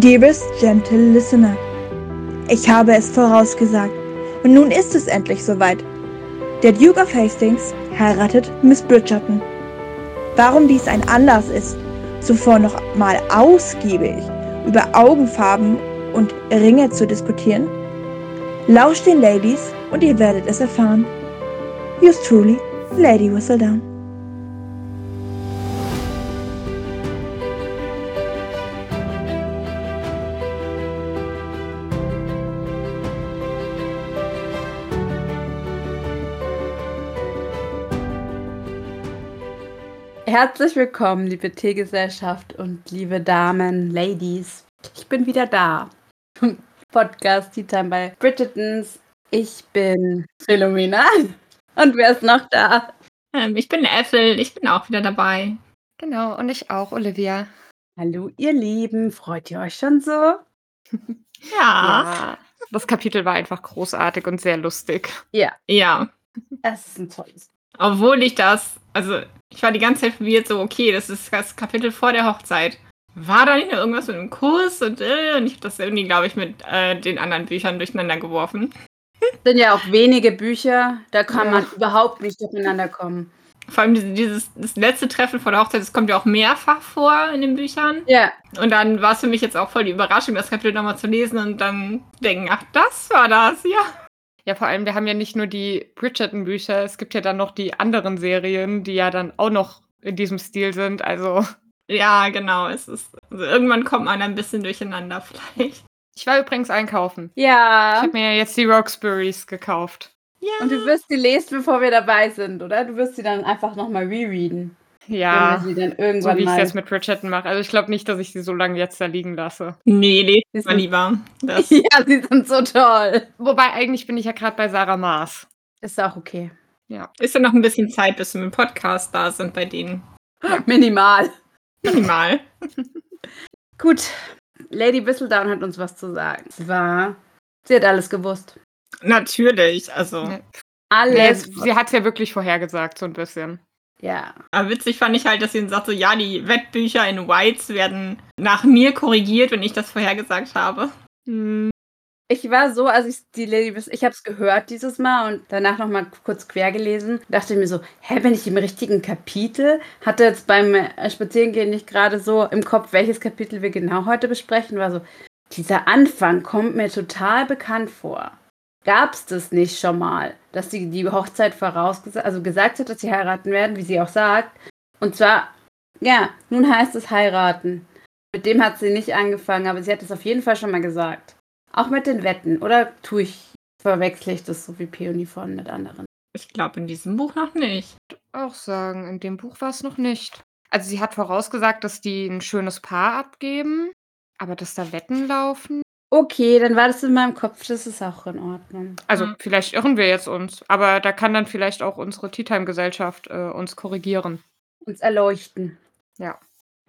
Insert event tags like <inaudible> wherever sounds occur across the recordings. Dearest Gentle Listener, ich habe es vorausgesagt und nun ist es endlich soweit. Der Duke of Hastings heiratet Miss Bridgerton. Warum dies ein Anlass ist, zuvor noch mal ausgiebig über Augenfarben und Ringe zu diskutieren? Lauscht den Ladies und ihr werdet es erfahren. Yours truly, Lady Whistledown. Herzlich willkommen, liebe Teegesellschaft und liebe Damen, Ladies. Ich bin wieder da. Podcast Tea Time bei Bridgertons. Ich bin Philomena. Und wer ist noch da? Ähm, ich bin Ethel, ich bin auch wieder dabei. Genau, und ich auch, Olivia. Hallo, ihr Lieben. Freut ihr euch schon so? Ja. Das Kapitel war einfach großartig und sehr lustig. Ja, ja. es ist ein tolles. Obwohl ich das, also ich war die ganze Zeit verwirrt, so, okay, das ist das Kapitel vor der Hochzeit. War da nicht noch irgendwas mit einem Kuss und, äh, und ich habe das irgendwie, glaube ich, mit äh, den anderen Büchern durcheinander geworfen. Es sind ja auch wenige Bücher, da kann Ja. man überhaupt nicht durcheinander kommen. Vor allem diese- dieses das letzte Treffen vor der Hochzeit, das kommt ja auch mehrfach vor in den Büchern. Ja, Und dann war es für mich jetzt auch voll die Überraschung, das Kapitel nochmal zu lesen und dann denken, ach, das war das, ja. Ja, vor allem, wir haben ja nicht nur die Bridgerton-Bücher, es gibt ja dann noch die anderen Serien, die ja dann auch noch in diesem Stil sind. Also, Ja, genau. Es ist, also irgendwann kommt man ein bisschen durcheinander <laughs> vielleicht. ich war übrigens einkaufen. Ich ja. habe mir ja jetzt die Roxburys gekauft. Und du wirst sie lesen, bevor wir dabei sind, oder? Du wirst sie dann einfach nochmal rereaden, Ja, wenn wir sie dann so irgendwann wie ich es mal... jetzt mit Bridgerton mache. Also, ich glaube nicht, dass ich sie so lange jetzt da liegen lasse. Nee, Sie lest mal sind- lieber. Das, Hm. <laughs> ja, sie sind so toll. Wobei, eigentlich bin ich ja gerade bei Sarah Maas. Ist auch okay. Ist ja noch ein bisschen Zeit, bis wir mit dem Podcast da sind bei denen. Minimal. Minimal. Gut, Lady Whistledown hat uns was zu sagen. Und Zwar, sie hat alles gewusst. Natürlich, also. Ja. Nee, Alles. es, Äh, sie hat es ja wirklich vorhergesagt, so ein bisschen. Ja. Aber witzig fand ich halt, dass sie dann sagt so, ja, die Wettbücher in Whites werden nach mir korrigiert, wenn ich das vorhergesagt habe. Hm. Ich war so, als ich die Lady Whist ich habe es gehört dieses Mal und danach nochmal kurz quer gelesen, dachte ich mir so, hä, bin ich im richtigen Kapitel? Hatte jetzt beim äh, Spazierengehen nicht gerade so im Kopf, welches Kapitel wir genau heute besprechen, war so, dieser Anfang kommt mir total bekannt vor. Gab's das nicht schon mal, dass sie die Hochzeit vorausgesagt, also gesagt hat, dass sie heiraten werden, wie sie auch sagt. Und zwar, ja, nun heißt es heiraten. Mit dem hat sie nicht angefangen, aber sie hat es auf jeden Fall schon mal gesagt. Auch mit den Wetten, oder tue ich, verwechsle ich das so wie Peony von mit anderen? Ich glaube in diesem Buch noch nicht. auch sagen, in dem Buch war es noch nicht. Also sie hat vorausgesagt, dass die ein schönes Paar abgeben, aber dass da Wetten laufen. Okay, dann war das in meinem Kopf, das ist auch in Ordnung. Also Mhm. vielleicht irren wir jetzt uns, aber da kann dann vielleicht auch unsere Tea Time Gesellschaft äh, uns korrigieren. Uns erleuchten.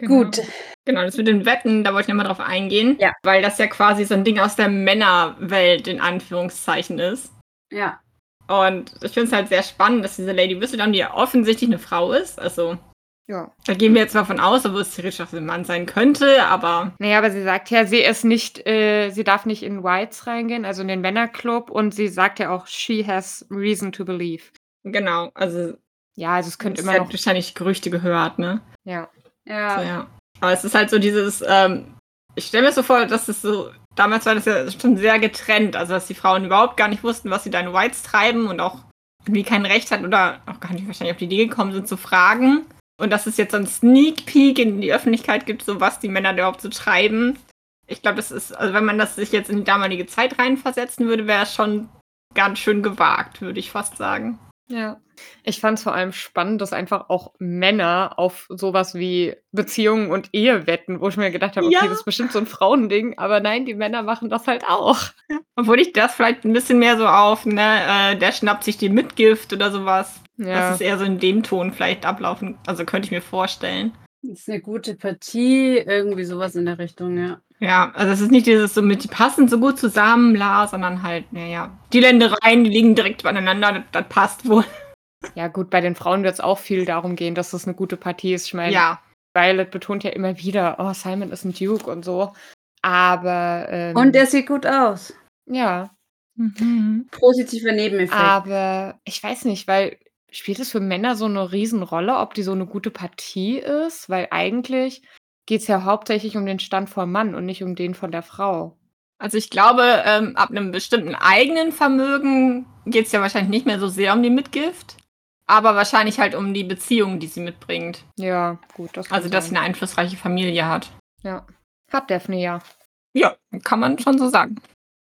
Gut, Genau, das mit den Wetten, da wollte ich nochmal drauf eingehen. Ja. Weil das ja quasi so ein Ding aus der Männerwelt in Anführungszeichen ist. ja. Und ich finde es halt sehr spannend, dass diese Lady Whistledown, die ja offensichtlich eine Frau ist, also Ja. da gehen wir jetzt mal von aus, obwohl es theoretisch auch ein Mann sein könnte, aber Naja, aber sie sagt ja, sie ist nicht, äh, sie darf nicht in Whites reingehen, also in den Männerclub, und sie sagt ja auch, she has reason to believe. genau, also Ja, also es könnte es immer hat noch. wahrscheinlich Gerüchte gehört, ne? Ja. So, Ja, ja. Aber es ist halt so dieses, ähm, ich stelle mir so vor, dass es so, damals war das ja schon sehr getrennt, also dass die Frauen überhaupt gar nicht wussten, was sie da in Whites treiben und auch irgendwie kein Recht hatten oder auch gar nicht wahrscheinlich auf die Idee gekommen sind zu fragen. Und dass es jetzt so einen Sneak Peek in die Öffentlichkeit gibt, so was die Männer da überhaupt so treiben. Ich glaube, das ist, also wenn man das sich jetzt in die damalige Zeit reinversetzen würde, wäre es schon ganz schön gewagt, würde ich fast sagen. Ja. Ich fand es vor allem spannend, dass einfach auch Männer auf sowas wie Beziehungen und Ehe wetten, wo ich mir gedacht habe, okay, Ja. das ist bestimmt so ein Frauending, aber nein, die Männer machen das halt auch. Obwohl ich das vielleicht ein bisschen mehr so auf, ne, äh, der schnappt sich die Mitgift oder sowas. Ja. Das ist eher so in dem Ton vielleicht ablaufen. Also könnte ich mir vorstellen. das ist eine gute Partie, irgendwie sowas in der Richtung, ja. Ja, also es ist nicht dieses so mit, die passen so gut zusammen, la, sondern halt, naja, die Ländereien, die liegen direkt beieinander, das, das passt wohl. ja, gut, bei den Frauen wird es auch viel darum gehen, dass das eine gute Partie ist. Ich meine, Ja, Violet betont ja immer wieder, oh, Simon ist ein Duke und so. Aber. Ähm, Und der sieht gut aus. Ja, Mhm. Positiver Nebeneffekt. aber ich weiß nicht, weil spielt es für Männer so eine Riesenrolle, ob die so eine gute Partie ist? Weil eigentlich geht es ja hauptsächlich um den Stand vom Mann und nicht um den von der Frau. Also ich glaube, ähm, ab einem bestimmten eigenen Vermögen geht es ja wahrscheinlich nicht mehr so sehr um die Mitgift, aber wahrscheinlich halt um die Beziehung, die sie mitbringt. Ja, gut. Das kann Also, dass sie sein. eine einflussreiche Familie hat. Hat Daphne ja. Ja, kann man schon so sagen.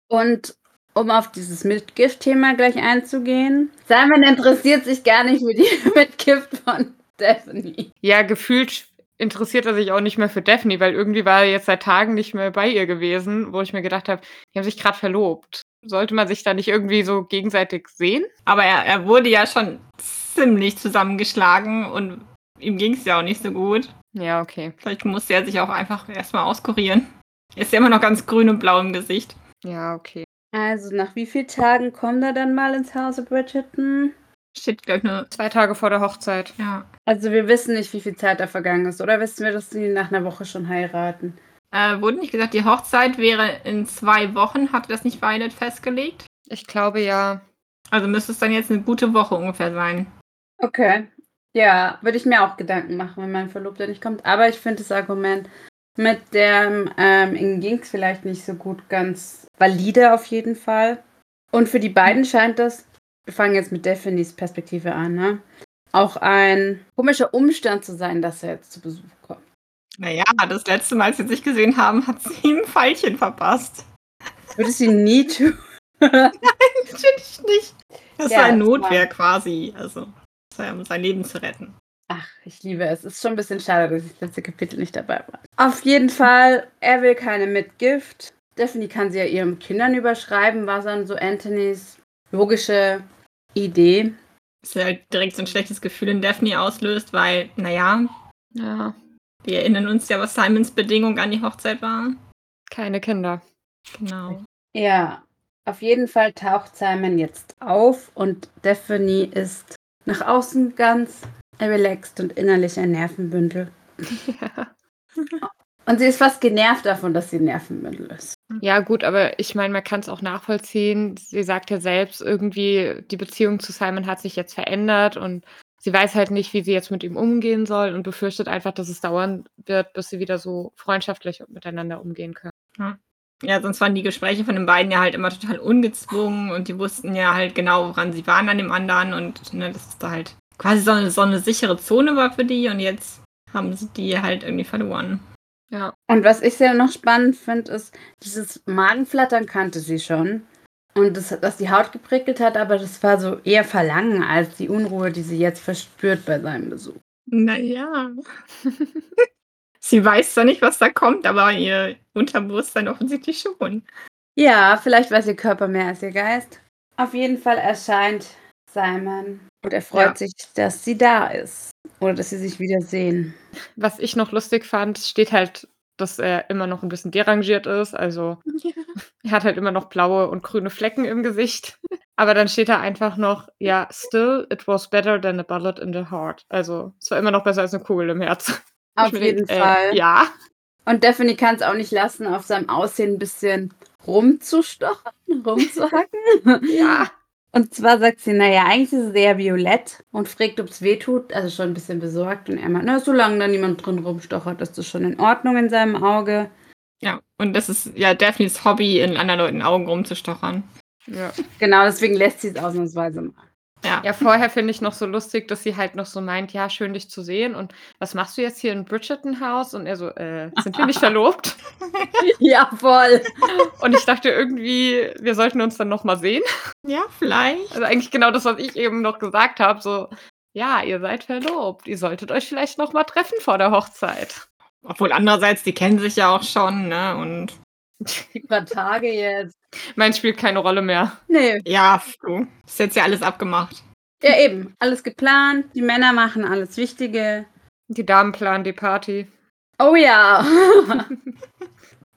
Und um auf dieses Mitgift-Thema gleich einzugehen, Simon interessiert sich gar nicht für die <laughs> Mitgift von Stephanie. Ja, gefühlt interessiert er sich auch nicht mehr für Daphne, weil irgendwie war er jetzt seit Tagen nicht mehr bei ihr gewesen, wo ich mir gedacht habe, die haben sich gerade verlobt. Sollte man sich da nicht irgendwie so gegenseitig sehen? Aber er, er wurde ja schon ziemlich zusammengeschlagen und ihm ging es ja auch nicht so gut. Ja, okay. Vielleicht musste er sich auch einfach erstmal auskurieren. Er ist ja immer noch ganz grün und blau im Gesicht. Ja, okay. Also, nach wie vielen Tagen kommt er dann mal ins Hause Bridgerton? Steht, glaube ich, nur. Zwei Tage vor der Hochzeit. Ja. Also, wir wissen nicht, wie viel Zeit da vergangen ist. Oder wissen wir, dass sie nach einer Woche schon heiraten? Äh, wurde nicht gesagt, die Hochzeit wäre in zwei Wochen. Hatte das nicht Violet festgelegt? Ich glaube ja. Also müsste es dann jetzt eine gute Woche ungefähr sein. Okay. Ja, würde ich mir auch Gedanken machen, wenn mein Verlobter nicht kommt. Aber ich finde das Argument mit dem, ähm, ihm ging es vielleicht nicht so gut, ganz valide auf jeden Fall. Und für die beiden scheint das, wir fangen jetzt mit Daphnis Perspektive an, ne? auch ein komischer Umstand zu sein, dass er jetzt zu Besuch kommt. Naja, das letzte Mal, als wir sich gesehen haben, hat sie ihm ein Pfeilchen verpasst. <laughs> Würde sie nie tun. Natürlich nicht. Das Ja, war ein das war- Notwehr quasi. Also, das war, um sein Leben zu retten. Ach, ich liebe es. Ist schon ein bisschen schade, dass ich das letzte Kapitel nicht dabei war. Auf jeden Fall, er will keine Mitgift. Daphne kann sie ja ihren Kindern überschreiben, war dann so Anthonys logische Idee. Dass er halt direkt so ein schlechtes Gefühl in Daphne auslöst, weil, naja, Ja. wir erinnern uns ja, was Simons Bedingung an die Hochzeit war. Keine Kinder. Genau. Ja, auf jeden Fall taucht Simon jetzt auf und Daphne ist nach außen ganz relaxed und innerlich ein Nervenbündel. Ja. Und sie ist fast genervt davon, dass sie ein Nervenbündel ist. <laughs> ja, gut, aber ich meine, man kann es auch nachvollziehen. Sie sagt ja selbst, irgendwie die Beziehung zu Simon hat sich jetzt verändert und sie weiß halt nicht, wie sie jetzt mit ihm umgehen soll und befürchtet einfach, dass es dauern wird, bis sie wieder so freundschaftlich miteinander umgehen können. Ja, sonst waren die Gespräche von den beiden ja halt immer total ungezwungen und die wussten ja halt genau, woran sie waren an dem anderen und ne, das ist da halt quasi so eine, so eine sichere Zone war für die und jetzt haben sie die halt irgendwie verloren. Und was ich sehr noch spannend finde, ist, dieses Magenflattern kannte sie schon. Und das, dass die Haut geprickelt hat, aber das war so eher Verlangen als die Unruhe, die sie jetzt verspürt bei seinem Besuch. Naja. <laughs> sie weiß zwar nicht, was da kommt, aber ihr Unterbewusstsein offensichtlich schon. Ja, vielleicht weiß ihr Körper mehr als ihr Geist. Auf jeden Fall erscheint Simon und er freut Ja. sich, dass sie da ist. Oder dass sie sich wiedersehen. Was ich noch lustig fand, steht halt, dass er immer noch ein bisschen derangiert ist. Also er hat halt immer noch blaue und grüne Flecken im Gesicht. Aber dann steht da einfach noch, ja, still, it was better than a bullet in the heart. Also es war immer noch besser als eine Kugel im Herz. Auf Ich mir jeden denk, äh, Fall. <laughs> Ja. Und Daphne kann es auch nicht lassen, auf seinem Aussehen ein bisschen rumzustochern, <laughs> rumzuhacken. Ja. Und zwar sagt sie, naja, eigentlich ist es eher violett und fragt, ob es weh tut, also schon ein bisschen besorgt. Und er meint, na, solange da niemand drin rumstochert, ist das schon in Ordnung in seinem Auge. Ja, und das ist ja Daphnes Hobby, in anderen Leuten Augen rumzustochern. Ja. Genau, deswegen lässt sie es ausnahmsweise mal. ja, vorher finde ich noch so lustig, dass sie halt noch so meint, ja, schön dich zu sehen. Und was machst du jetzt hier in Bridgerton House? Und er so, äh, sind <laughs> wir nicht verlobt? <laughs> Ja, voll. Und ich dachte irgendwie, wir sollten uns dann nochmal sehen. Ja, vielleicht. Also eigentlich genau das, was ich eben noch gesagt habe. So, ja, ihr seid verlobt. Ihr solltet euch vielleicht noch mal treffen vor der Hochzeit. Obwohl andererseits, die kennen sich ja auch schon, ne? Und Ein paar Tage jetzt. Mein spielt keine Rolle mehr. Nee, Ja, du. Ist jetzt ja alles abgemacht. ja eben. Alles geplant, die Männer machen alles Wichtige. Die Damen planen die Party. Oh ja. <laughs>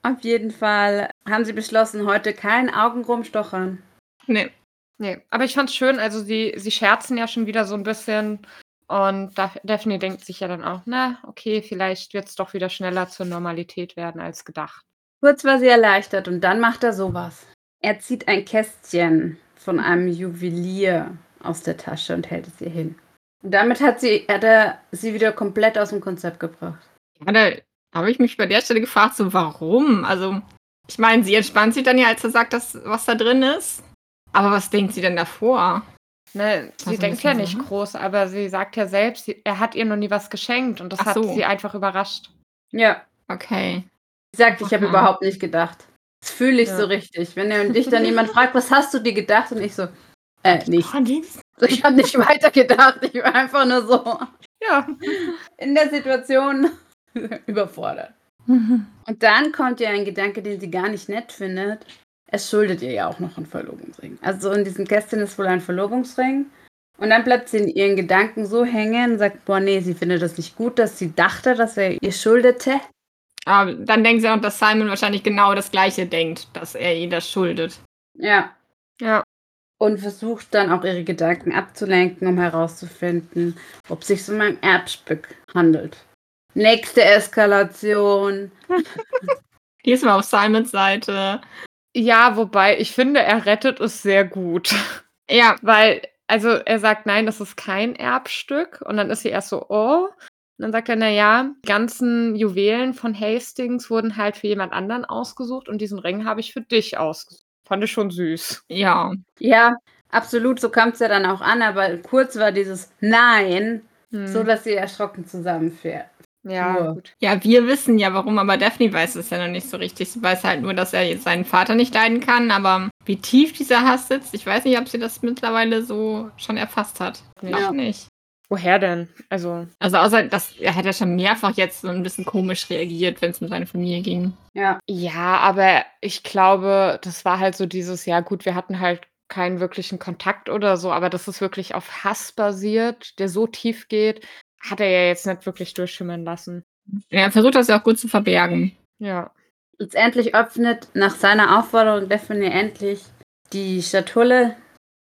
Auf jeden Fall haben sie beschlossen, heute kein Augen rumstochern. Nee. Nee, aber ich fand's schön. Also sie, sie scherzen ja schon wieder so ein bisschen. Und Daph- Daphne denkt sich ja dann auch, na, okay, vielleicht wird's doch wieder schneller zur Normalität werden als gedacht. Kurz war sie erleichtert und dann macht er sowas. Er zieht ein Kästchen von einem Juwelier aus der Tasche und hält es ihr hin. Und damit hat, sie, hat er sie wieder komplett aus dem Konzept gebracht. Ja, da habe ich mich bei der Stelle gefragt, so warum? Also, ich meine, sie entspannt sich dann ja, als er sagt, dass, was da drin ist. Aber was denkt sie denn davor? Ne, Also sie ein denkt ja bisschen nicht so, ne? groß, aber sie sagt ja selbst, sie, er hat ihr noch nie was geschenkt und das Ach hat so. sie einfach überrascht. Ja, Okay. sie sagt, ich habe Aha. überhaupt nicht gedacht. Das fühle ich Ja. so richtig. Wenn er dich dann jemand fragt, was hast du dir gedacht? Und ich so, äh, <laughs> nichts. Ich habe nicht weitergedacht. Ich war einfach nur so Ja. in der Situation <laughs> überfordert. Und dann kommt ihr ein Gedanke, den sie gar nicht nett findet. Es schuldet ihr ja auch noch einen Verlobungsring. Also in diesem Kästchen ist wohl ein Verlobungsring. Und dann bleibt sie in ihren Gedanken so hängen und sagt, boah, nee, sie findet das nicht gut, dass sie dachte, dass er ihr schuldete. Aber Ah, dann denkt sie auch, dass Simon wahrscheinlich genau das Gleiche denkt, dass er ihr das schuldet. Ja. Ja. Und versucht dann auch ihre Gedanken abzulenken, um herauszufinden, ob es sich um ein Erbstück handelt. Nächste Eskalation. Diesmal auf Simons Seite. ja, wobei ich finde, er rettet es sehr gut. Ja, Weil, also er sagt, nein, das ist kein Erbstück. Und dann ist sie erst so, oh. Und dann sagt er, naja, die ganzen Juwelen von Hastings wurden halt für jemand anderen ausgesucht und diesen Ring habe ich für dich ausgesucht. Fand ich schon süß. ja. Ja, absolut, so kam es ja dann auch an, aber kurz war dieses Nein, Hm. so dass sie erschrocken zusammenfährt. ja, Ruhe. gut. Ja, wir wissen ja warum, aber Daphne weiß es ja noch nicht so richtig. Sie weiß halt nur, dass er jetzt seinen Vater nicht leiden kann, aber wie tief dieser Hass sitzt, ich weiß nicht, ob sie das mittlerweile so schon erfasst hat. Nee. Noch Ja. nicht. Woher denn? Also, Also außer, dass er hat ja schon mehrfach jetzt so ein bisschen komisch reagiert, wenn es um seine Familie ging. Ja, ja, aber ich glaube, das war halt so dieses, ja gut, wir hatten halt keinen wirklichen Kontakt oder so, aber das ist wirklich auf Hass basiert, der so tief geht, hat er ja jetzt nicht wirklich durchschimmern lassen. Er versucht das ja auch gut zu verbergen. Ja. letztendlich öffnet nach seiner Aufforderung Daphne endlich die Schatulle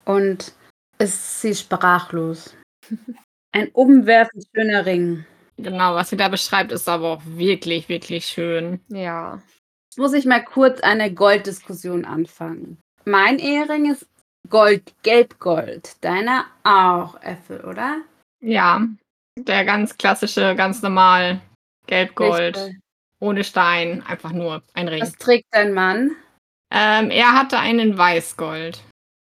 und ist sie sprachlos. Ein umwerfend schöner Ring. Genau, was sie da beschreibt, ist aber auch wirklich, wirklich schön. Ja. Jetzt muss ich mal kurz eine Golddiskussion anfangen. Mein Ehering ist Gold, Gelbgold. Deiner auch, Äffel, oder? Ja, der ganz klassische, ganz normal Gelb-Gold, ohne Stein, einfach nur ein Ring. Was trägt dein Mann? Ähm, er hatte einen in Weiß-Gold.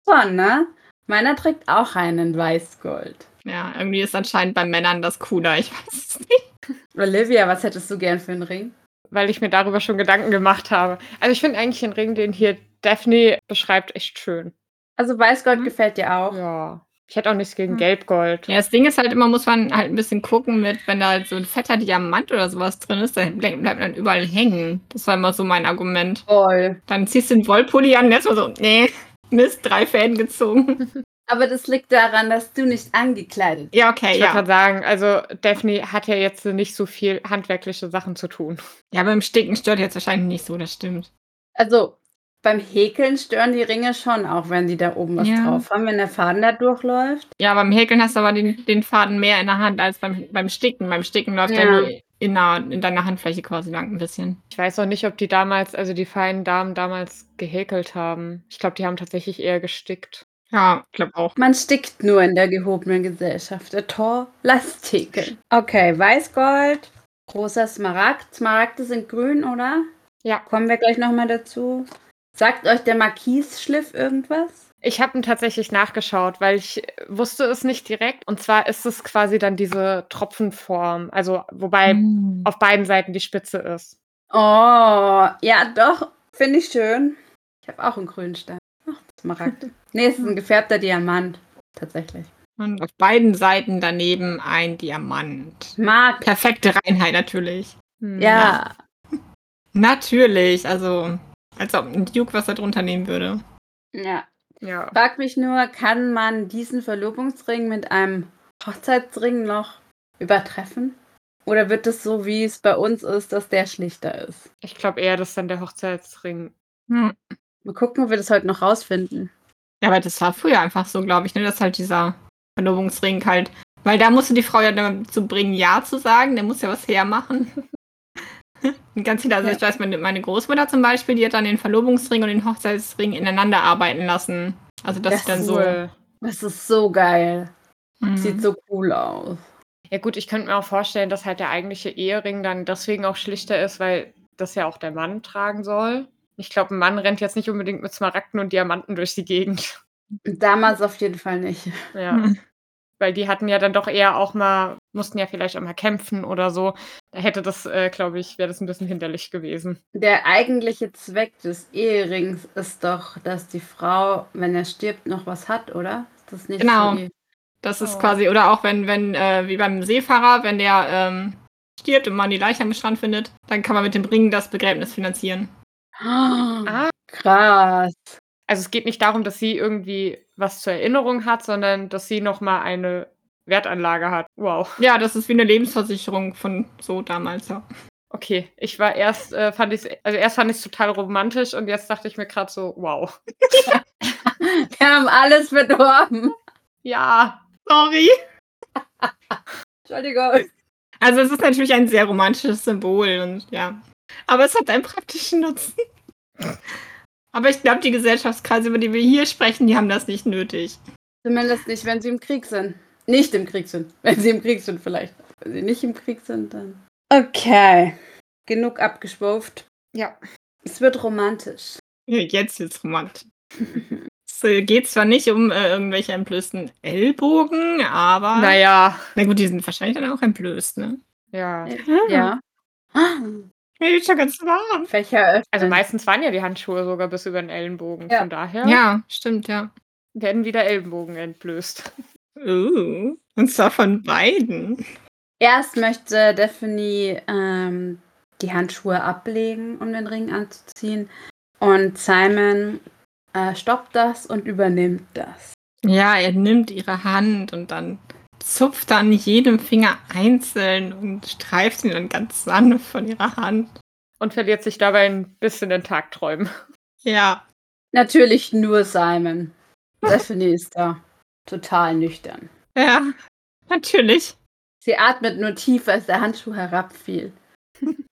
Schon, ne? Meiner trägt auch einen Weißgold. Ja, irgendwie ist anscheinend bei Männern das cooler. Ich weiß es nicht. Olivia, was hättest du gern für einen Ring? weil ich mir darüber schon Gedanken gemacht habe. Also ich finde eigentlich den Ring, den hier Daphne beschreibt, echt schön. Also Weißgold Mhm. gefällt dir auch. Ja. Ich hätte auch nichts gegen Hm. Gelbgold. Ja, das Ding ist halt immer, muss man halt ein bisschen gucken mit, wenn da halt so ein fetter Diamant oder sowas drin ist, dann ble- bleibt dann überall hängen. Das war immer so mein Argument. Voll. Dann ziehst du den Wollpulli an, erstmal so, nee, Mist, drei Fäden gezogen. Aber das liegt daran, dass du nicht angekleidet bist. Ja, Ich okay, würde ja. gerade sagen, also Daphne hat ja jetzt nicht so viel handwerkliche Sachen zu tun. Ja, beim Sticken stört jetzt wahrscheinlich nicht so, das stimmt. Also beim Häkeln stören die Ringe schon, auch wenn die da oben was Ja. drauf haben, wenn der Faden da durchläuft. Ja, beim Häkeln hast du aber den, den Faden mehr in der Hand als beim, beim Sticken. Beim Sticken läuft Ja. er nur in, der, in deiner Handfläche quasi lang ein bisschen. Ich weiß auch nicht, ob die damals, also die feinen Damen damals gehäkelt haben. Ich glaube, die haben tatsächlich eher gestickt. Ja, ich glaube auch. Man stickt nur in der gehobenen Gesellschaft. Der Tor lasst häkeln. Okay, Weißgold, großer Smaragd. Smaragde sind grün, oder? Ja. Kommen wir gleich nochmal dazu. Sagt euch der Marquis-Schliff irgendwas? Ich habe ihn tatsächlich nachgeschaut, weil ich wusste es nicht direkt. Und zwar ist es quasi dann diese Tropfenform, also wobei Mhm. auf beiden Seiten die Spitze ist. Oh, ja, doch. Finde ich schön. Ich habe auch einen grünen Stein. Ach, Smaragd. nee, es ist ein gefärbter Diamant. Tatsächlich. Und auf beiden Seiten daneben ein Diamant. Mag. Perfekte Reinheit natürlich. Hm. Ja. Natürlich, also als ob ein Duke was da drunter nehmen würde. Ja. Ja. Frag mich nur, kann man diesen Verlobungsring mit einem Hochzeitsring noch übertreffen? Oder wird es so, wie es bei uns ist, dass der schlichter ist? Ich glaube eher, dass dann der Hochzeitsring. Hm. Mal gucken, ob wir das heute noch rausfinden. Ja, aber das war früher einfach so, glaube ich, ne? Dass halt dieser Verlobungsring halt. <laughs> Weil da musste die Frau ja dazu bringen, Ja zu sagen, der muss ja was hermachen. Ganz viele. Also Ja. ich weiß, meine, meine Großmutter zum Beispiel, die hat dann den Verlobungsring und den Hochzeitsring ineinander arbeiten lassen. Also das, Das ist dann ist so. Cool. Das ist so geil. Mhm. Sieht so cool aus. Ja gut, ich könnte mir auch vorstellen, dass halt der eigentliche Ehering dann deswegen auch schlichter ist, weil das ja auch der Mann tragen soll. Ich glaube, ein Mann rennt jetzt nicht unbedingt mit Smaragden und Diamanten durch die Gegend. <laughs> Damals auf jeden Fall nicht. Ja. Mhm. Weil die hatten ja dann doch eher auch mal, mussten ja vielleicht auch mal kämpfen oder so. Da hätte das, äh, glaube ich, wäre das ein bisschen hinderlich gewesen. Der eigentliche Zweck des Eherings ist doch, dass die Frau, wenn er stirbt, noch was hat, oder? Ist das nicht Genau. So die- Das ist Oh. quasi, oder auch wenn, wenn, äh, wie beim Seefahrer, wenn der ähm, stirbt und man die Leiche am Strand findet, dann kann man mit dem Ring das Begräbnis finanzieren. Ah, krass. Also es geht nicht darum, dass sie irgendwie was zur Erinnerung hat, sondern dass sie nochmal eine Wertanlage hat. Wow. Ja, das ist wie eine Lebensversicherung von so damals, ja. Okay. Ich war erst, äh, fand ich also erst fand ich es total romantisch und jetzt dachte ich mir gerade so, wow. Wir haben alles verdorben. Ja. Sorry. Entschuldigung. Also es ist natürlich ein sehr romantisches Symbol und ja. Aber es hat einen praktischen Nutzen. Aber ich glaube, die Gesellschaftskreise, über die wir hier sprechen, die haben das nicht nötig. Zumindest nicht, wenn sie im Krieg sind. Nicht im Krieg sind. Wenn sie im Krieg sind, vielleicht. Wenn sie nicht im Krieg sind, dann. Okay. Genug abgeschwurft. Ja. Es wird romantisch. Jetzt wird's romantisch. Es äh, geht zwar nicht um äh, irgendwelche entblößten Ellbogen, aber. Naja. Na gut, die sind wahrscheinlich dann auch entblößt, ne? Ja. ja. Mir wird schon ganz warm. Fächer öffnen. Also meistens waren ja die Handschuhe sogar bis über den Ellenbogen. Ja. Von daher Ja, stimmt, ja. werden wieder Ellenbogen entblößt. Uh, und zwar von beiden. Erst möchte Daphne ähm, die Handschuhe ablegen, um den Ring anzuziehen. Und Simon äh, stoppt das und übernimmt das. Ja, er nimmt ihre Hand und dann zupft er an jedem Finger einzeln und streift ihn dann ganz sanft von ihrer Hand. Und verliert sich dabei ein bisschen in Tagträumen. Ja. Natürlich nur Simon. Daphne ist da total nüchtern. Ja, natürlich. Sie atmet nur tief, als der Handschuh herabfiel.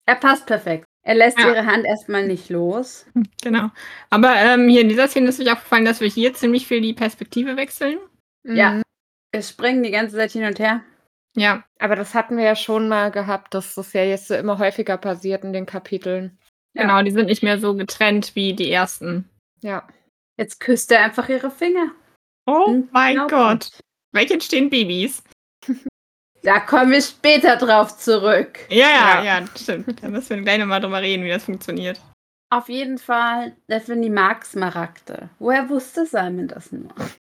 Er passt perfekt. Er lässt Ja. ihre Hand erstmal nicht los. Genau. Aber ähm, hier in dieser Szene ist mich aufgefallen, dass wir hier ziemlich viel die Perspektive wechseln. Ja. Mhm. Wir springen die ganze Zeit hin und her. Ja. Aber das hatten wir ja schon mal gehabt, dass das ja jetzt so immer häufiger passiert in den Kapiteln. Ja. Genau, die sind nicht mehr so getrennt wie die ersten. Ja. Jetzt küsst er einfach ihre Finger. Oh Hm, mein genau. Gott. Welchen entstehen Babys? Da kommen wir später drauf zurück. Ja, ja, Ja. ja, stimmt. Da müssen wir gleich nochmal drüber reden, wie das funktioniert. Auf jeden Fall, Daphne mag Smaragde. Woher wusste Simon das nur?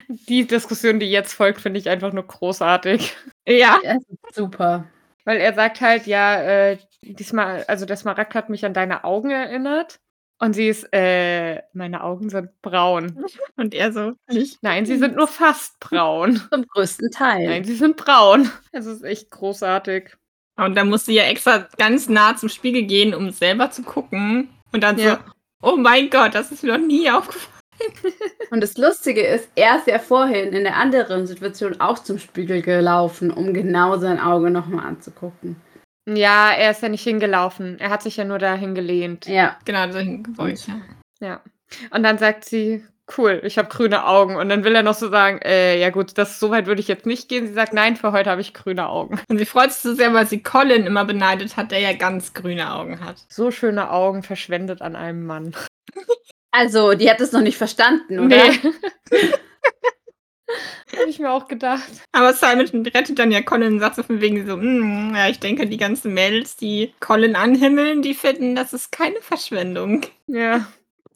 Die Diskussion, die jetzt folgt, finde ich einfach nur großartig. Ja. Das ist super. Weil er sagt halt, ja, äh, diesmal, also der Smaragd hat mich an deine Augen erinnert. Und sie ist, äh, meine Augen sind braun. Und er so, ich. Nein, sie sind nur fast <laughs> braun. Zum größten Teil. Nein, sie sind braun. Es ist echt großartig. Und dann musste sie ja extra ganz nah zum Spiegel gehen, um selber zu gucken. Und dann Ja. so, oh mein Gott, das ist mir noch nie aufgefallen. Und das Lustige ist, er ist ja vorhin in der anderen Situation auch zum Spiegel gelaufen, um genau sein Auge nochmal anzugucken. Ja, er ist ja nicht hingelaufen. Er hat sich ja nur dahin gelehnt. Ja. Genau, solchen Geräusch. ja. Ja. Und dann sagt sie, cool, ich habe grüne Augen. Und dann will er noch so sagen, äh, ja gut, das so weit würde ich jetzt nicht gehen. Sie sagt, nein, für heute habe ich grüne Augen. Und sie freut sich so sehr, weil sie Colin immer beneidet hat, der ja ganz grüne Augen hat. So schöne Augen verschwendet an einem Mann. Also, die hat es noch nicht verstanden, oder? <laughs> habe ich mir auch gedacht. Aber Simon rettet dann ja Colin und sagt so von wegen so, "Mm, ja, ich denke, die ganzen Mädels, die Colin anhimmeln, die finden, das ist keine Verschwendung. Ja.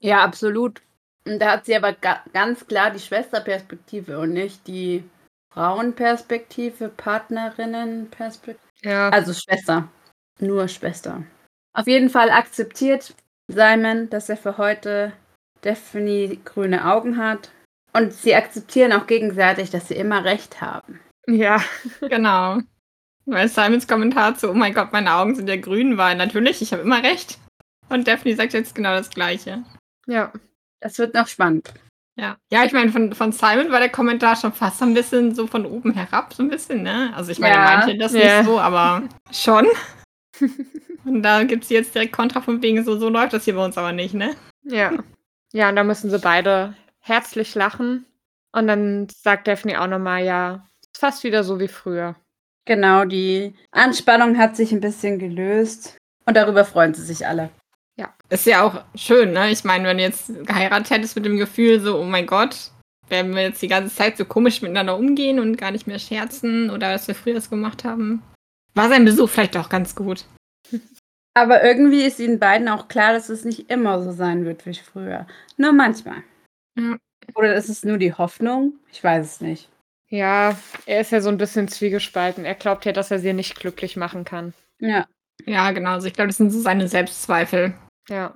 Ja, absolut. Und da hat sie aber ga ganz klar die Schwesterperspektive und nicht die Frauenperspektive, Partnerinnenperspektive. Ja. Also Schwester. Nur Schwester. Auf jeden Fall akzeptiert Simon, dass er für heute Daphne grüne Augen hat. Und sie akzeptieren auch gegenseitig, dass sie immer recht haben. ja. Genau. Weil Simons Kommentar zu, oh mein Gott, meine Augen sind ja grün, war natürlich, ich habe immer recht. Und Daphne sagt jetzt genau das Gleiche. Ja. Das wird noch spannend. Ja, ja ich meine, von, von Simon war der Kommentar schon fast so ein bisschen so von oben herab, so ein bisschen, ne? Also ich meine, Ja. er meinte das Ja. nicht so, aber schon. <laughs> Und da gibt es jetzt direkt Kontra von wegen, so, so läuft das hier bei uns aber nicht, ne? Ja. Ja, und da müssen sie beide herzlich lachen. Und dann sagt Daphne auch nochmal, ja, ist fast wieder so wie früher. Genau, die Anspannung hat sich ein bisschen gelöst. Und darüber freuen sie sich alle. Ist ja auch schön, ne? Ich meine, wenn du jetzt geheiratet hättest mit dem Gefühl, so, oh mein Gott, werden wir jetzt die ganze Zeit so komisch miteinander umgehen und gar nicht mehr scherzen oder dass wir früher das gemacht haben. War sein Besuch vielleicht auch ganz gut. Aber irgendwie ist ihnen beiden auch klar, dass es nicht immer so sein wird wie früher. Nur manchmal. Ja. Mhm. Oder ist es nur die Hoffnung? Ich weiß es nicht. Ja, er ist ja so ein bisschen zwiegespalten. Er glaubt ja, dass er sie nicht glücklich machen kann. Ja. Ja, genau. Also ich glaube, das sind so seine Selbstzweifel. Ja.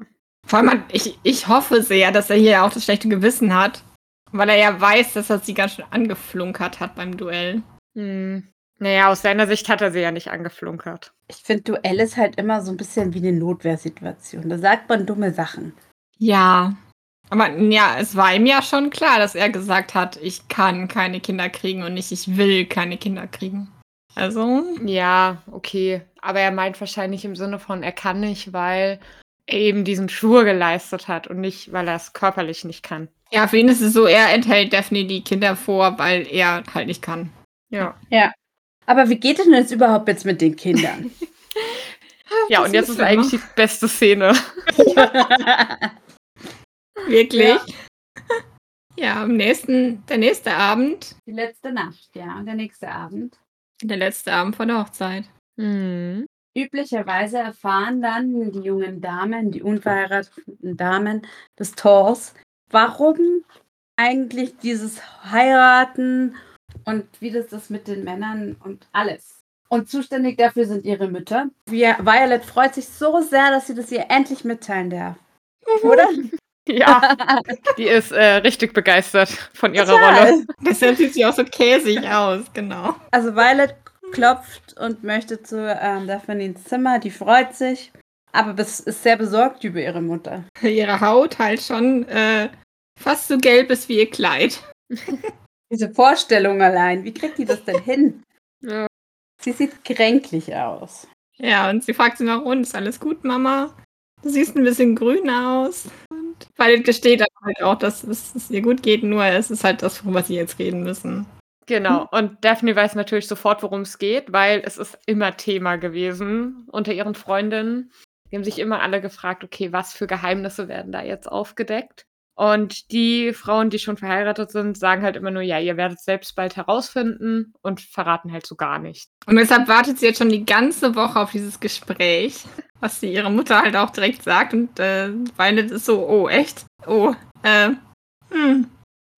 Vor allem, hat- ich, ich hoffe sehr, dass er hier ja auch das schlechte Gewissen hat, weil er ja weiß, dass er sie ganz schön angeflunkert hat beim Duell. Hm. Naja, aus seiner Sicht hat er sie ja nicht angeflunkert. Ich finde, Duell ist halt immer so ein bisschen wie eine Notwehrsituation. Da sagt man dumme Sachen. Ja. Aber ja, es war ihm ja schon klar, dass er gesagt hat, ich kann keine Kinder kriegen und nicht, ich will keine Kinder kriegen. Also, Ja, okay. Aber er meint wahrscheinlich im Sinne von, er kann nicht, weil er eben diesen Schwur geleistet hat und nicht, weil er es körperlich nicht kann. ja, für ihn ist es so, er enthält Daphne die Kinder vor, weil er halt nicht kann. Ja. Aber wie geht denn das überhaupt jetzt mit den Kindern? Ja, Ah, Das und jetzt ist ist eigentlich die beste Szene. <laughs> Wirklich? ne? <laughs> ja, am nächsten, der nächste Abend, Die letzte Nacht, ja. Und der nächste Abend. der letzte Abend vor der Hochzeit. Hm. Üblicherweise erfahren dann die jungen Damen, die unverheirateten Damen des Tors, warum eigentlich dieses Heiraten und wie das ist mit den Männern und alles. Und zuständig dafür sind ihre Mütter. Wir, Violet freut sich so sehr, dass sie das ihr endlich mitteilen darf. Oder? Ja, die ist äh, richtig begeistert von ihrer Total. Mhm. Rolle. Deshalb sieht sie auch so käsig aus, genau. Also Violet klopft und möchte zu ähm, Daphne ins Zimmer. Die freut sich, aber bes- ist sehr besorgt über ihre Mutter. Ihre Haut halt schon äh, fast so gelb ist wie ihr Kleid. Diese Vorstellung allein, wie kriegt die das denn hin? <laughs> Ja. Sie sieht kränklich aus. Ja, und sie fragt sie noch, und ist alles gut, Mama? Du siehst ein bisschen grün aus. Und Violet gesteht dann halt auch, dass es, es ihr gut geht, nur es ist halt das, worüber sie jetzt reden müssen. Genau. Und Daphne weiß natürlich sofort, worum es geht, weil es ist immer Thema gewesen unter ihren Freundinnen. Die haben sich immer alle gefragt, okay, was für Geheimnisse werden da jetzt aufgedeckt? Und die Frauen, die schon verheiratet sind, sagen halt immer nur, ja, ihr werdet selbst bald herausfinden und verraten halt so gar nichts. Und deshalb wartet sie jetzt schon die ganze Woche auf dieses Gespräch, was sie ihrer Mutter halt auch direkt sagt. Und äh, Violet ist so, oh, echt? Oh, äh, hm.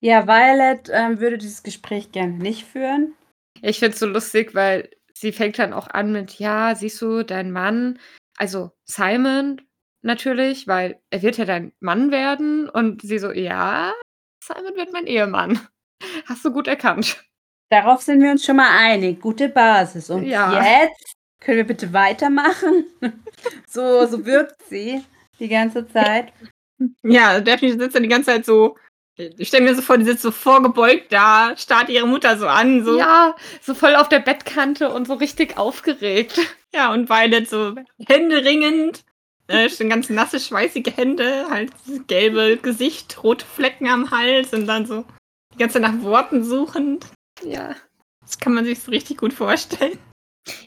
Ja, Violet ähm, würde dieses Gespräch gerne nicht führen. Ich finde es so lustig, weil sie fängt dann auch an mit, ja, siehst du, dein Mann, also Simon natürlich, weil er wird ja dein Mann werden. Und sie so, ja, Simon wird mein Ehemann. Hast du gut erkannt. Darauf sind wir uns schon mal einig. Gute Basis. Und Ja. jetzt können wir bitte <laughs> weitermachen. so, so wirkt sie die ganze Zeit. Ja, Daphne sitzt dann die ganze Zeit so, ich stelle mir so vor, die sitzt so vorgebeugt da, starrt ihre Mutter so an, so. Ja, so voll auf der Bettkante und so richtig aufgeregt. Ja, und Violet so händeringend, äh, schon ganz nasse, schweißige Hände, halt dieses gelbe Gesicht, rote Flecken am Hals und dann so die ganze Zeit nach Worten suchend. Ja. Das kann man sich so richtig gut vorstellen.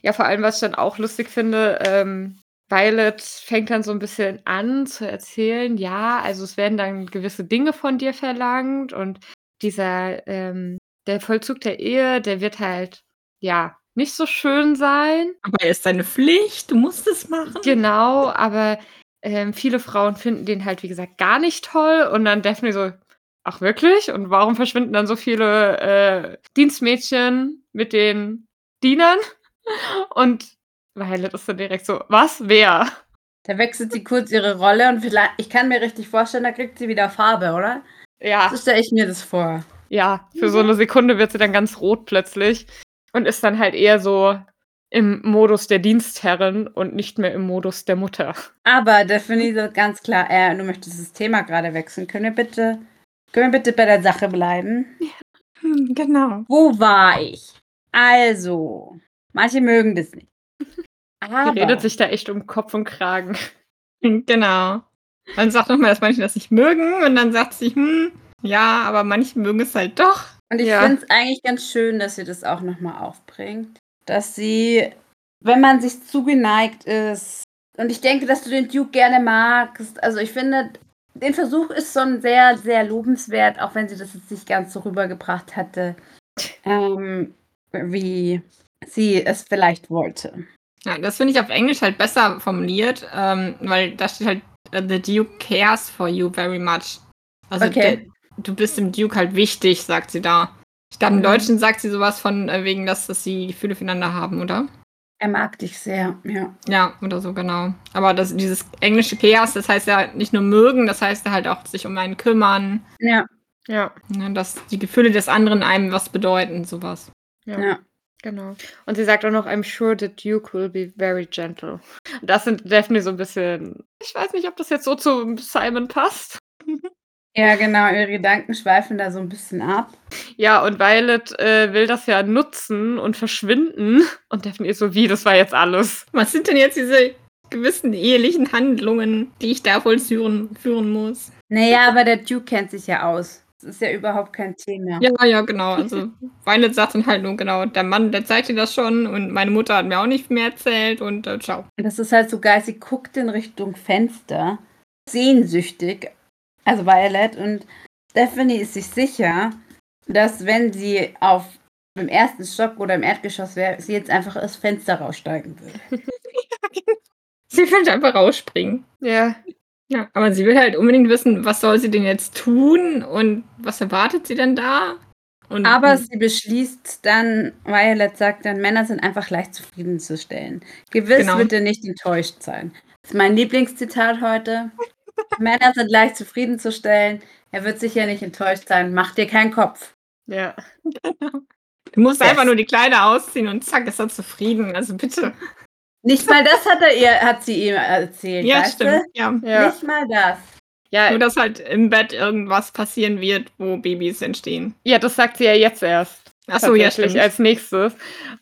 Ja, vor allem, was ich dann auch lustig finde, ähm, Violet fängt dann so ein bisschen an zu erzählen, ja, also es werden dann gewisse Dinge von dir verlangt und dieser, ähm, der Vollzug der Ehe, der wird halt, ja, nicht so schön sein. Aber er ist seine Pflicht, du musst es machen. Genau, aber ähm, viele Frauen finden den halt, wie gesagt, gar nicht toll und dann Daphne so, ach wirklich? Und warum verschwinden dann so viele äh, Dienstmädchen mit den Dienern? <laughs> Und Violet ist dann direkt so, was, wer? Da wechselt sie kurz ihre Rolle und vielleicht, ich kann mir richtig vorstellen, da kriegt sie wieder Farbe, oder? Ja, So stelle ich mir das vor. ja, für so eine Sekunde wird sie dann ganz rot plötzlich und ist dann halt eher so im Modus der Dienstherrin und nicht mehr im Modus der Mutter. Aber Daphne sagt ganz klar, äh, du möchtest das Thema gerade wechseln. Können wir bitte, können wir bitte bei der Sache bleiben? Hm, Genau. Wo war ich? Also, manche mögen das nicht. Die Aber, redet sich da echt um Kopf und Kragen. Genau. Dann sagt nochmal, dass manche das nicht mögen und dann sagt sie, hm, ja, aber manche mögen es halt doch. und ich ja. finde es eigentlich ganz schön, dass sie das auch nochmal aufbringt. Dass sie, wenn man sich zugeneigt ist, und ich denke, dass du den Duke gerne magst. Also ich finde, den Versuch ist schon sehr, sehr lobenswert, auch wenn sie das jetzt nicht ganz so rübergebracht hatte, ähm, wie sie es vielleicht wollte. Ja, das finde ich auf Englisch halt besser formuliert, ähm, weil da steht halt, äh, the Duke cares for you very much. Also Okay. der, du bist dem Duke halt wichtig, sagt sie da. Ich glaube, im Mhm. Deutschen sagt sie sowas von äh, wegen, dass, dass sie Gefühle füreinander haben, oder? Er mag dich sehr, ja. Ja, oder so, genau. Aber das, dieses englische cares, das heißt ja nicht nur mögen, das heißt ja halt auch sich um einen kümmern, Ja, Ja, ne, dass die Gefühle des anderen einem was bedeuten, sowas. ja, ja. genau. Und sie sagt auch noch, I'm sure the Duke will be very gentle. Und das sind Daphne so ein bisschen. Ich weiß nicht, ob das jetzt so zu Simon passt. Ja, genau, ihre Gedanken schweifen da so ein bisschen ab. Ja, und Violet äh, will das ja nutzen und verschwinden. Und Daphne ist so wie, das war jetzt alles. Was sind denn jetzt diese gewissen ehelichen Handlungen, die ich da wohl führen, führen muss? Naja, aber der Duke kennt sich ja aus. Das ist ja überhaupt kein Thema. Ja, ja, genau. Also Violet sagt dann halt nur, genau, der Mann, der zeigt dir das schon und meine Mutter hat mir auch nicht mehr erzählt und äh, ciao. Und das ist halt so geil, sie guckt in Richtung Fenster, sehnsüchtig, also Violet, und Stephanie ist sich sicher, dass wenn sie auf im ersten Stock oder im Erdgeschoss wäre, sie jetzt einfach das Fenster raussteigen würde. Sie will einfach rausspringen. Ja, Ja, aber sie will halt unbedingt wissen, was soll sie denn jetzt tun und was erwartet sie denn da? Und Aber sie beschließt dann, Violet sagt dann, Männer sind einfach leicht zufriedenzustellen. Gewiss Genau. wird er nicht enttäuscht sein. Das ist mein Lieblingszitat heute. Männer sind leicht zufriedenzustellen. Er wird sicher nicht enttäuscht sein. Mach dir keinen Kopf. ja. du musst Yes. einfach nur die Kleider ausziehen und zack, ist er zufrieden. Also bitte. Nicht mal das hat er ihr, hat sie ihm erzählt. Ja, weißt stimmt. Ja. Du? Ja, Nicht mal das. ja, Nur, dass halt im Bett irgendwas passieren wird, wo Babys entstehen. ja, das sagt sie ja jetzt erst. Achso, ja, tatsächlich, also stimmt. Als nächstes.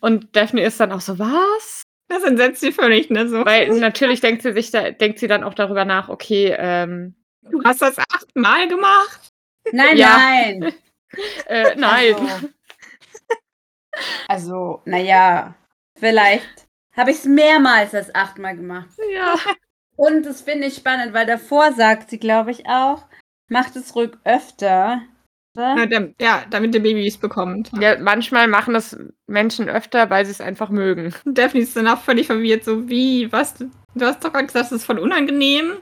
Und Daphne ist dann auch so, was? Das entsetzt sie völlig, ne? So, Weil natürlich denkt sie sich da, denkt sie dann auch darüber nach, okay, ähm, du hast das achtmal gemacht. Nein, Ja. nein. äh, nein. Also, also naja, vielleicht habe ich es mehrmals als achtmal gemacht. Ja. Und das finde ich spannend, weil davor sagt sie, glaube ich, auch, macht es ruhig öfter. Ja, oder? der, ja, damit der Babys bekommt. ja, manchmal machen das Menschen öfter, weil sie es einfach mögen. Daphne ist danach völlig verwirrt, so wie, was? Du du hast doch gerade gesagt, das ist voll unangenehm.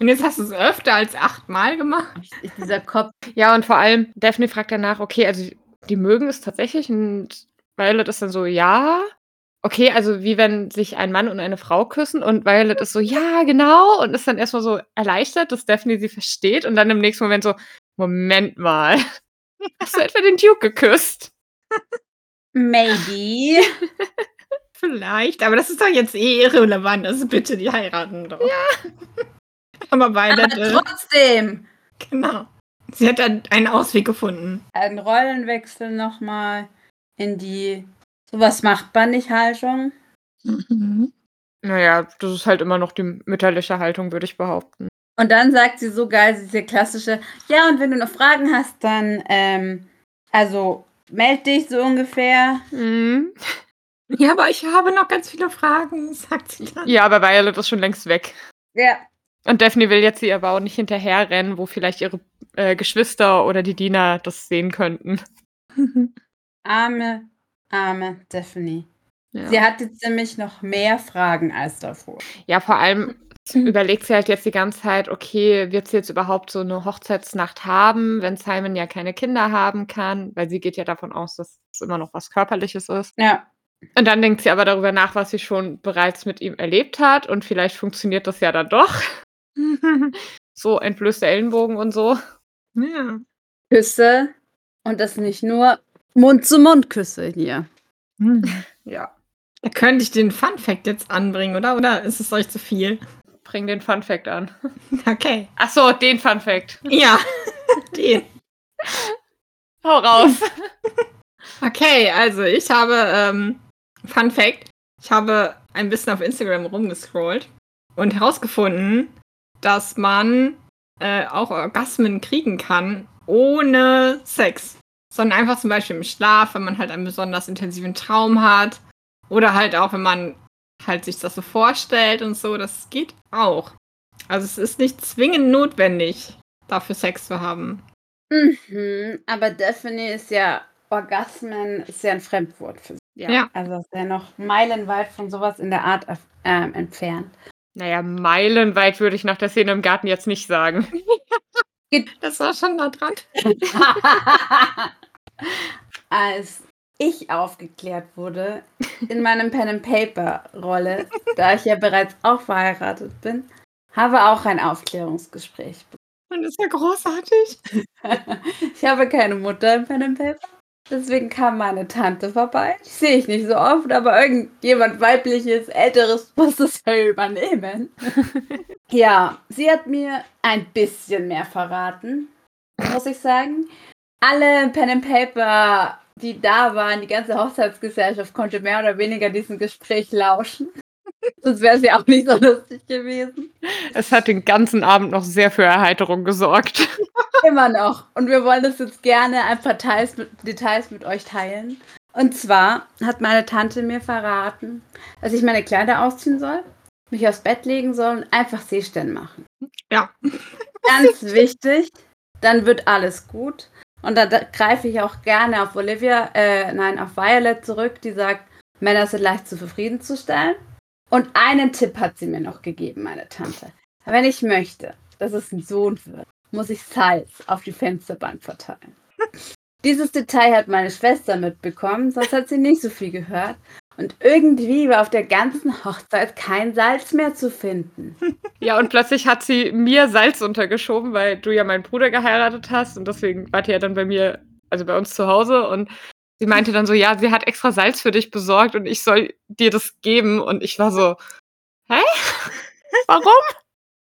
Und jetzt hast du es öfter als achtmal gemacht. Ist dieser Kopf. Ja, und vor allem, Daphne fragt danach, okay, also die mögen es tatsächlich und Violet ist dann so, ja. Okay, also wie wenn sich ein Mann und eine Frau küssen und Violet ist so, ja, genau, und ist dann erstmal so erleichtert, dass Daphne sie versteht und dann im nächsten Moment so, Moment mal, <laughs> hast du etwa den Duke geküsst? Maybe. Vielleicht, aber das ist doch jetzt eh irrelevant. Also bitte, die heiraten doch. Ja. <laughs> Aber Aber Violet, äh, trotzdem. genau. Sie hat dann einen Ausweg gefunden. Ein Rollenwechsel nochmal in die. Sowas macht man nicht, Haltung. Naja, das ist halt immer noch die mütterliche Haltung, würde ich behaupten. Und dann sagt sie so geil, diese klassische, ja, und wenn du noch Fragen hast, dann, ähm, also meld dich so ungefähr. Ja, aber ich habe noch ganz viele Fragen, <laughs> sagt sie dann. Ja, aber Violet ist schon längst weg. Ja. Und Daphne will jetzt ihr aber auch nicht hinterherrennen, wo vielleicht ihre äh, Geschwister oder die Diener das sehen könnten. Arme, arme Stephanie. Ja, Sie hatte ziemlich noch mehr Fragen als davor. ja vor allem überlegt sie halt jetzt die ganze Zeit, okay, wird sie jetzt überhaupt so eine Hochzeitsnacht haben, wenn Simon ja keine Kinder haben kann, weil sie geht ja davon aus, dass es immer noch was Körperliches ist. Ja, Und dann denkt sie aber darüber nach, was sie schon bereits mit ihm erlebt hat und vielleicht funktioniert das ja dann <laughs> doch. so entblößte Ellenbogen und so. Ja. Küsse und das nicht nur Mund-zu-Mund-Küsse hier. Ja, Hm. Da könnte ich den Fun Fact jetzt anbringen, oder? Oder ist es euch zu viel? bring den Fun Fact an. Okay. Ach so, den Fun Fact. Ja, <laughs> den. Hau raus. Okay, also ich habe ähm, Fun Fact. Ich habe ein bisschen auf Instagram rumgescrollt und herausgefunden, dass man äh, auch Orgasmen kriegen kann ohne Sex. Sondern einfach zum Beispiel im Schlaf, wenn man halt einen besonders intensiven Traum hat. Oder halt auch, wenn man halt sich das so vorstellt und so. Das geht auch. Also es ist nicht zwingend notwendig, dafür Sex zu haben. Mhm, aber Daphne ist ja, Orgasmen ist ja ein Fremdwort für sie. Ja. Also ist ja noch meilenweit von sowas in der Art ähm, entfernt. Naja, meilenweit würde ich nach der Szene im Garten jetzt nicht <laughs> sagen. <laughs> Das war schon nah dran. <laughs> Als ich aufgeklärt wurde in meinem Pen and Paper Rolle, da ich ja bereits auch verheiratet bin, habe auch ein Aufklärungsgespräch. Und das ist ja großartig. Ich habe keine Mutter im Pen and Paper, deswegen kam meine Tante vorbei. Die sehe ich nicht so oft, aber irgendjemand weibliches, älteres muss das ja übernehmen. Ja, sie hat mir ein bisschen mehr verraten, muss ich sagen. Alle Pen and Paper, die da waren, die ganze Hochzeitsgesellschaft konnte mehr oder weniger diesem Gespräch lauschen. Sonst wäre es ja auch nicht so lustig gewesen. Es hat den ganzen Abend noch sehr für Erheiterung gesorgt. Immer noch. Und wir wollen das jetzt gerne ein paar Teils mit, Details mit euch teilen. Und zwar hat meine Tante mir verraten, dass ich meine Kleider ausziehen soll, mich aufs Bett legen soll und einfach Seestern machen. Ja. Ganz wichtig. Dann wird alles gut. Und da da greife ich auch gerne auf Olivia, äh, nein, auf Violet zurück, die sagt, Männer sind leicht zu zufriedenzustellen. Und einen Tipp hat sie mir noch gegeben, meine Tante. Wenn ich möchte, dass es ein Sohn wird, muss ich Salz auf die Fensterbank verteilen. <laughs> Dieses Detail hat meine Schwester mitbekommen, sonst hat sie nicht so viel gehört. Und irgendwie war auf der ganzen Hochzeit kein Salz mehr zu finden. <laughs> Ja, und plötzlich hat sie mir Salz untergeschoben, weil du ja meinen Bruder geheiratet hast und deswegen war die ja dann bei mir, also bei uns zu Hause und sie meinte dann so, ja, sie hat extra Salz für dich besorgt und ich soll dir das geben und ich war so, <laughs> hä? Warum?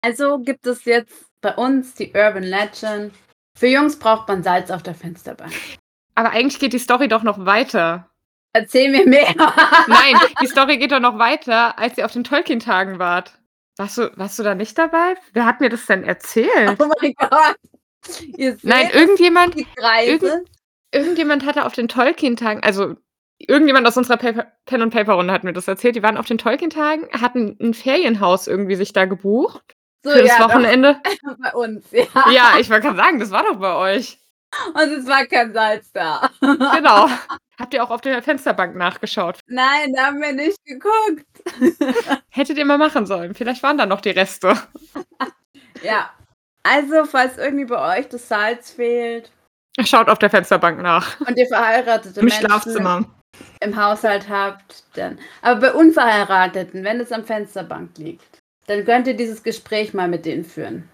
Also gibt es jetzt bei uns die Urban Legend. Für Jungs braucht man Salz auf der Fensterbank. Aber eigentlich geht die Story doch noch weiter. Erzähl mir mehr. <laughs> Nein, die Story geht doch noch weiter, als ihr auf den Tolkien-Tagen wart. Warst du, warst du da nicht dabei? Wer hat mir das denn erzählt? Oh mein Gott. Ihr seht Nein, irgendjemand, die Kreise. irgendjemand hatte auf den Tolkien-Tagen, also irgendjemand aus unserer Paper, Pen- und Paper-Runde hat mir das erzählt, die waren auf den Tolkien-Tagen, hatten ein Ferienhaus irgendwie sich da gebucht So, für das Oh ja, doch, <laughs> Wochenende. bei uns, ja. Ja, ich wollte gerade sagen, das war doch bei euch. Und es war kein Salz da. <laughs> Genau. Habt ihr auch auf der Fensterbank nachgeschaut? Nein, da haben wir nicht geguckt. Hättet ihr mal machen sollen. Vielleicht waren da noch die Reste. <laughs> Ja. Also, falls irgendwie bei euch das Salz fehlt Schaut auf der Fensterbank nach. und ihr verheiratete Im Menschen Schlafzimmer. im Haushalt habt, dann. Aber bei Unverheirateten, wenn es am Fensterbank liegt, dann könnt ihr dieses Gespräch mal mit denen führen.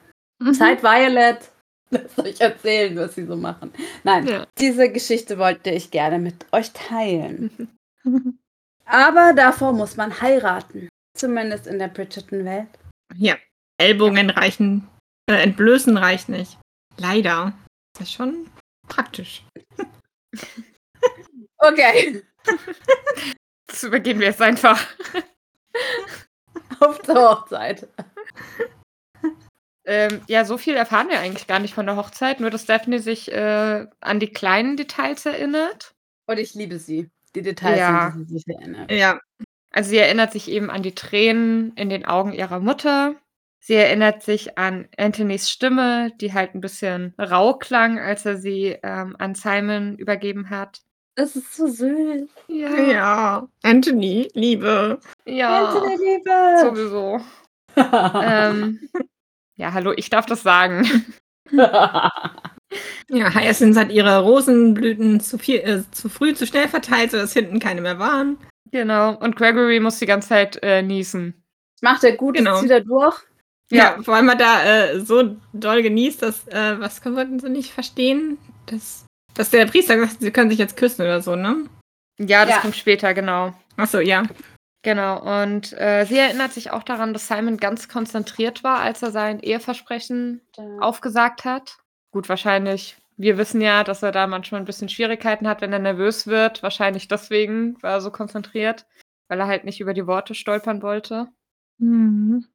Zeit Violet. <laughs> Lasst euch erzählen, was sie so machen. Nein, Ja. diese Geschichte wollte ich gerne mit euch teilen. Mhm. <laughs> Aber davor muss man heiraten. Zumindest in der Bridgerton-Welt. Ja. Ellbogen reichen, äh, entblößen reicht nicht. Leider. Das ist schon praktisch. Okay, <laughs> Das übergehen wir jetzt einfach. auf zur Hochzeit. Ähm, ja, so viel erfahren wir eigentlich gar nicht von der Hochzeit, nur dass Daphne sich äh, an die kleinen Details erinnert. Und ich liebe sie. Die Details, Ja. an die sie sich erinnert. Ja. Also sie erinnert sich eben an die Tränen in den Augen ihrer Mutter. Sie erinnert sich an Anthonys Stimme, die halt ein bisschen rau klang, als er sie ähm, an Simon übergeben hat. Das ist so süß. Ja, Ja. Anthony, Liebe. ja, Anthony, <laughs> Liebe. sowieso. <laughs> ähm, ja, hallo, ich darf das sagen. <laughs> Ja, Hyacinth hat ihre Rosenblüten zu, viel, äh, zu früh, zu schnell verteilt, sodass hinten keine mehr waren. Genau. Und Gregory muss die ganze Zeit äh, niesen. Macht er gut, Genau. ist wieder durch. Ja, vor allem hat er äh, so doll genießt, dass, äh, was konnten sie nicht verstehen? Dass, dass der Priester gesagt hat, sie können sich jetzt küssen oder so, ne? Ja, das Ja. kommt später, genau. Achso, ja. Genau. Und äh, sie erinnert sich auch daran, dass Simon ganz konzentriert war, als er sein Eheversprechen aufgesagt hat. Gut, wahrscheinlich. Wir wissen ja, dass er da manchmal ein bisschen Schwierigkeiten hat, wenn er nervös wird. Wahrscheinlich deswegen war er so konzentriert. weil er halt nicht über die Worte stolpern wollte. Mhm.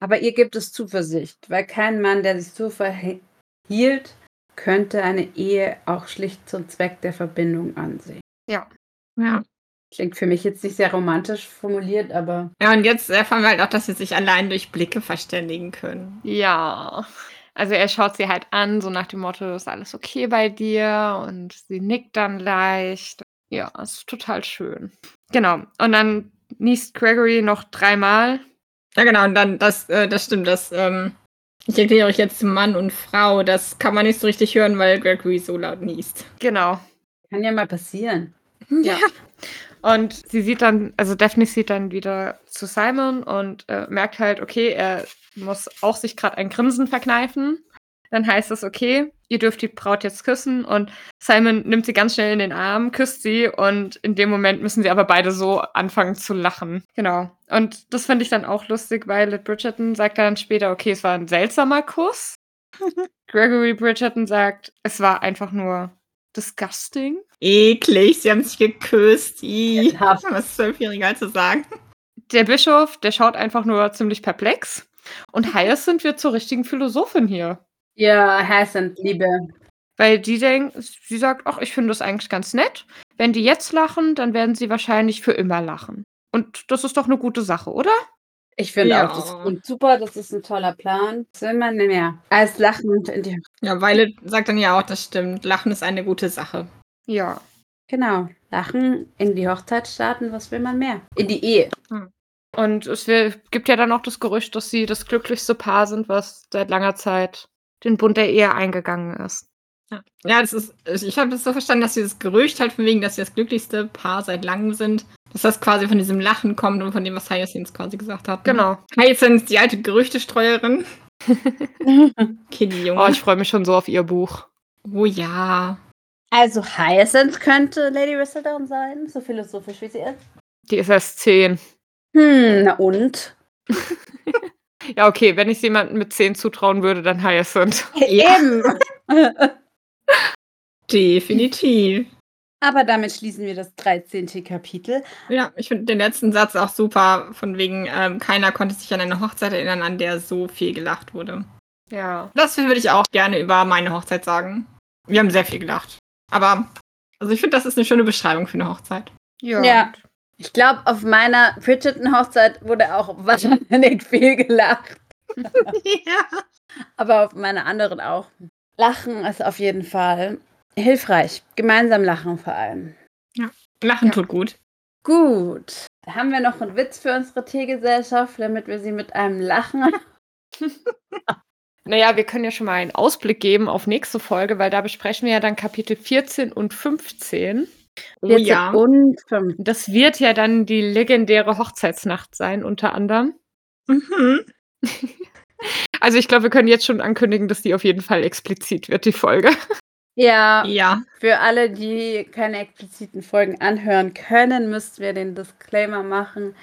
Aber ihr gibt es Zuversicht, weil kein Mann, der sich so verhielt, könnte eine Ehe auch schlicht zum Zweck der Verbindung ansehen. Ja. Klingt für mich jetzt nicht sehr romantisch formuliert, aber Ja, und jetzt erfahren wir halt auch, dass sie sich allein durch Blicke verständigen können. Ja. Also er schaut sie halt an, so nach dem Motto, ist alles okay bei dir? Und sie nickt dann leicht. Ja, ist total schön. Genau. Und dann niest Gregory noch dreimal. Ja, genau, und dann, das, äh, das stimmt, das, ähm, ich erkläre euch jetzt Mann und Frau, das kann man nicht so richtig hören, weil Gregory so laut niest. Genau. kann ja mal passieren. Ja. Und sie sieht dann, also Daphne sieht dann wieder zu Simon und äh, merkt halt, okay, er muss auch sich gerade ein Grinsen verkneifen. Dann heißt es, okay, ihr dürft die Braut jetzt küssen und Simon nimmt sie ganz schnell in den Arm, küsst sie und in dem Moment müssen sie aber beide so anfangen zu lachen. Genau. Und das fand ich dann auch lustig, weil Lit Bridgerton sagt dann später, okay, es war ein seltsamer Kuss. Gregory Bridgerton sagt, es war einfach nur disgusting. <laughs> Eklig, sie haben sich geküsst. I. Ekelhaft. Was Zwölfjähriger zu sagen. der Bischof, der schaut einfach nur ziemlich perplex. Und Hyacinth wird zur richtigen Philosophin hier. Ja, Hyacinth, Liebe. Weil die denkt, sie sagt, ach, ich finde das eigentlich ganz nett. Wenn die jetzt lachen, dann werden sie wahrscheinlich für immer lachen. Und das ist doch eine gute Sache, oder? Ich finde Ja. auch das Grund super, das ist ein toller Plan. Das will man nicht mehr. Als lachend in die. Ja, Violet sagt dann ja auch, das stimmt. Lachen ist eine gute Sache. Ja. Genau. Lachen, in die Hochzeit starten, was will man mehr? In die Ehe. Und es wir- gibt ja dann auch das Gerücht, dass sie das glücklichste Paar sind, was seit langer Zeit den Bund der Ehe eingegangen ist. Ja, das ist, ich habe das so verstanden, dass dieses Gerücht halt von wegen, dass wir das glücklichste Paar seit langem sind, dass das quasi von diesem Lachen kommt und von dem, was Hyacinth quasi gesagt hat. Genau. Hyacinth, die alte Gerüchtestreuerin. <laughs> Kitty, Junge. Oh, ich freue mich schon so auf ihr Buch. oh ja. Also Hyacinth könnte Lady Whistledown sein, so philosophisch wie sie ist. Die ist erst zehn. Hm, na und? Ja, okay, wenn ich jemandem mit zehn zutrauen würde, dann Hyacinth. Ja. <laughs> Eben. Definitiv. Aber damit schließen wir das 13. Kapitel. Ja, ich finde den letzten Satz auch super, von wegen, ähm, keiner konnte sich an eine Hochzeit erinnern, an der so viel gelacht wurde. Ja. Das würde ich auch gerne über meine Hochzeit sagen. Wir haben sehr viel gelacht. Aber, also ich finde, das ist eine schöne Beschreibung für eine Hochzeit. Ja. Ja. Ich glaube, auf meiner Bridgerton-Hochzeit wurde auch <laughs> wahnsinnig viel <laughs> gelacht. ja. Aber auf meiner anderen auch. Lachen ist auf jeden Fall hilfreich. Gemeinsam lachen vor allem. Lachen Ja. tut gut. Gut. Haben wir noch einen Witz für unsere Teegesellschaft, damit wir sie mit einem Lachen. Oh Naja, wir können ja schon mal einen Ausblick geben auf nächste Folge, weil da besprechen wir ja dann Kapitel 14 und 15. Oh Jetzt ja. Und fünf. Das wird ja dann die legendäre Hochzeitsnacht sein, unter anderem. Mhm. Also ich glaube, wir können jetzt schon ankündigen, dass die auf jeden Fall explizit wird, die Folge. Ja, Ja. für alle, die keine expliziten Folgen anhören können, müssten wir den Disclaimer machen.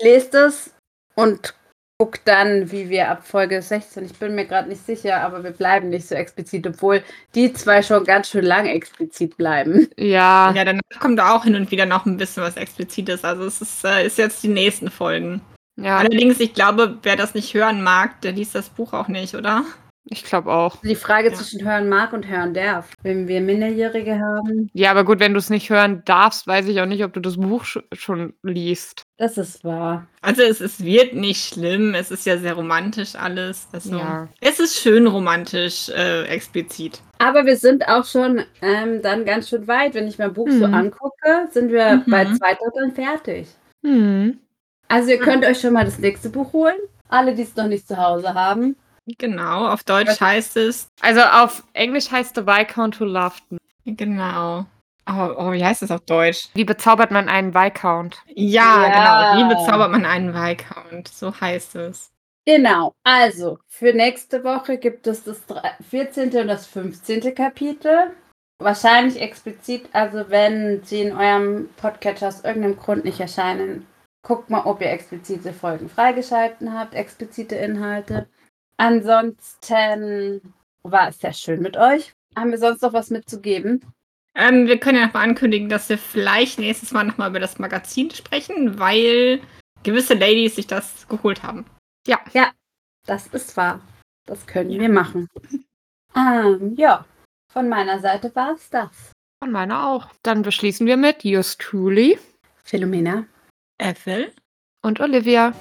Lest es und guckt dann, wie wir ab Folge 16. Ich bin mir gerade nicht sicher, aber wir bleiben nicht so explizit, obwohl die zwei schon ganz schön lang explizit bleiben. Ja, Ja, danach kommt auch hin und wieder noch ein bisschen was Explizites. Also es ist, äh, ist jetzt die nächsten Folgen. ja, Allerdings, ich glaube, wer das nicht hören mag, der liest das Buch auch nicht, oder? ich glaube auch. Die Frage Ja. zwischen hören mag und hören darf. Wenn wir Minderjährige haben, Ja, aber gut, wenn du es nicht hören darfst, weiß ich auch nicht, ob du das Buch sch schon liest. das ist wahr. Also es, es wird nicht schlimm, es ist ja sehr romantisch alles. Also Ja. Es ist schön romantisch, äh, explizit. Aber wir sind auch schon ähm, dann ganz schön weit. Wenn ich mein Buch so Mhm. angucke, sind wir Mhm. bei zwei Dritteln fertig. Hm. Also ihr könnt euch schon mal das nächste Buch holen. Alle, die es noch nicht zu Hause haben. Genau, auf Deutsch heißt es. Also auf Englisch heißt The Viscount Who Loved Me. Genau. Aber oh, wie heißt es auf Deutsch? Wie bezaubert man einen Viscount? Ja, Ja. genau. Wie bezaubert man einen Viscount? So heißt es. Genau. Also für nächste Woche gibt es das drei- 14. und das 15. Kapitel. Wahrscheinlich explizit, also wenn sie in eurem Podcatcher aus irgendeinem Grund nicht erscheinen, guckt mal, ob ihr explizite Folgen freigeschalten habt, explizite Inhalte. Ansonsten war es sehr schön mit euch. Haben wir sonst noch was mitzugeben? Ähm, wir können ja nochmal ankündigen, dass wir vielleicht nächstes Mal nochmal über das Magazin sprechen, weil gewisse Ladies sich das geholt haben. Das ist wahr. Das können wir machen. Ähm, ja, von meiner Seite war es das. Und meine auch. Dann beschließen wir mit Yours truly Philomena. Ethel? und Olivia.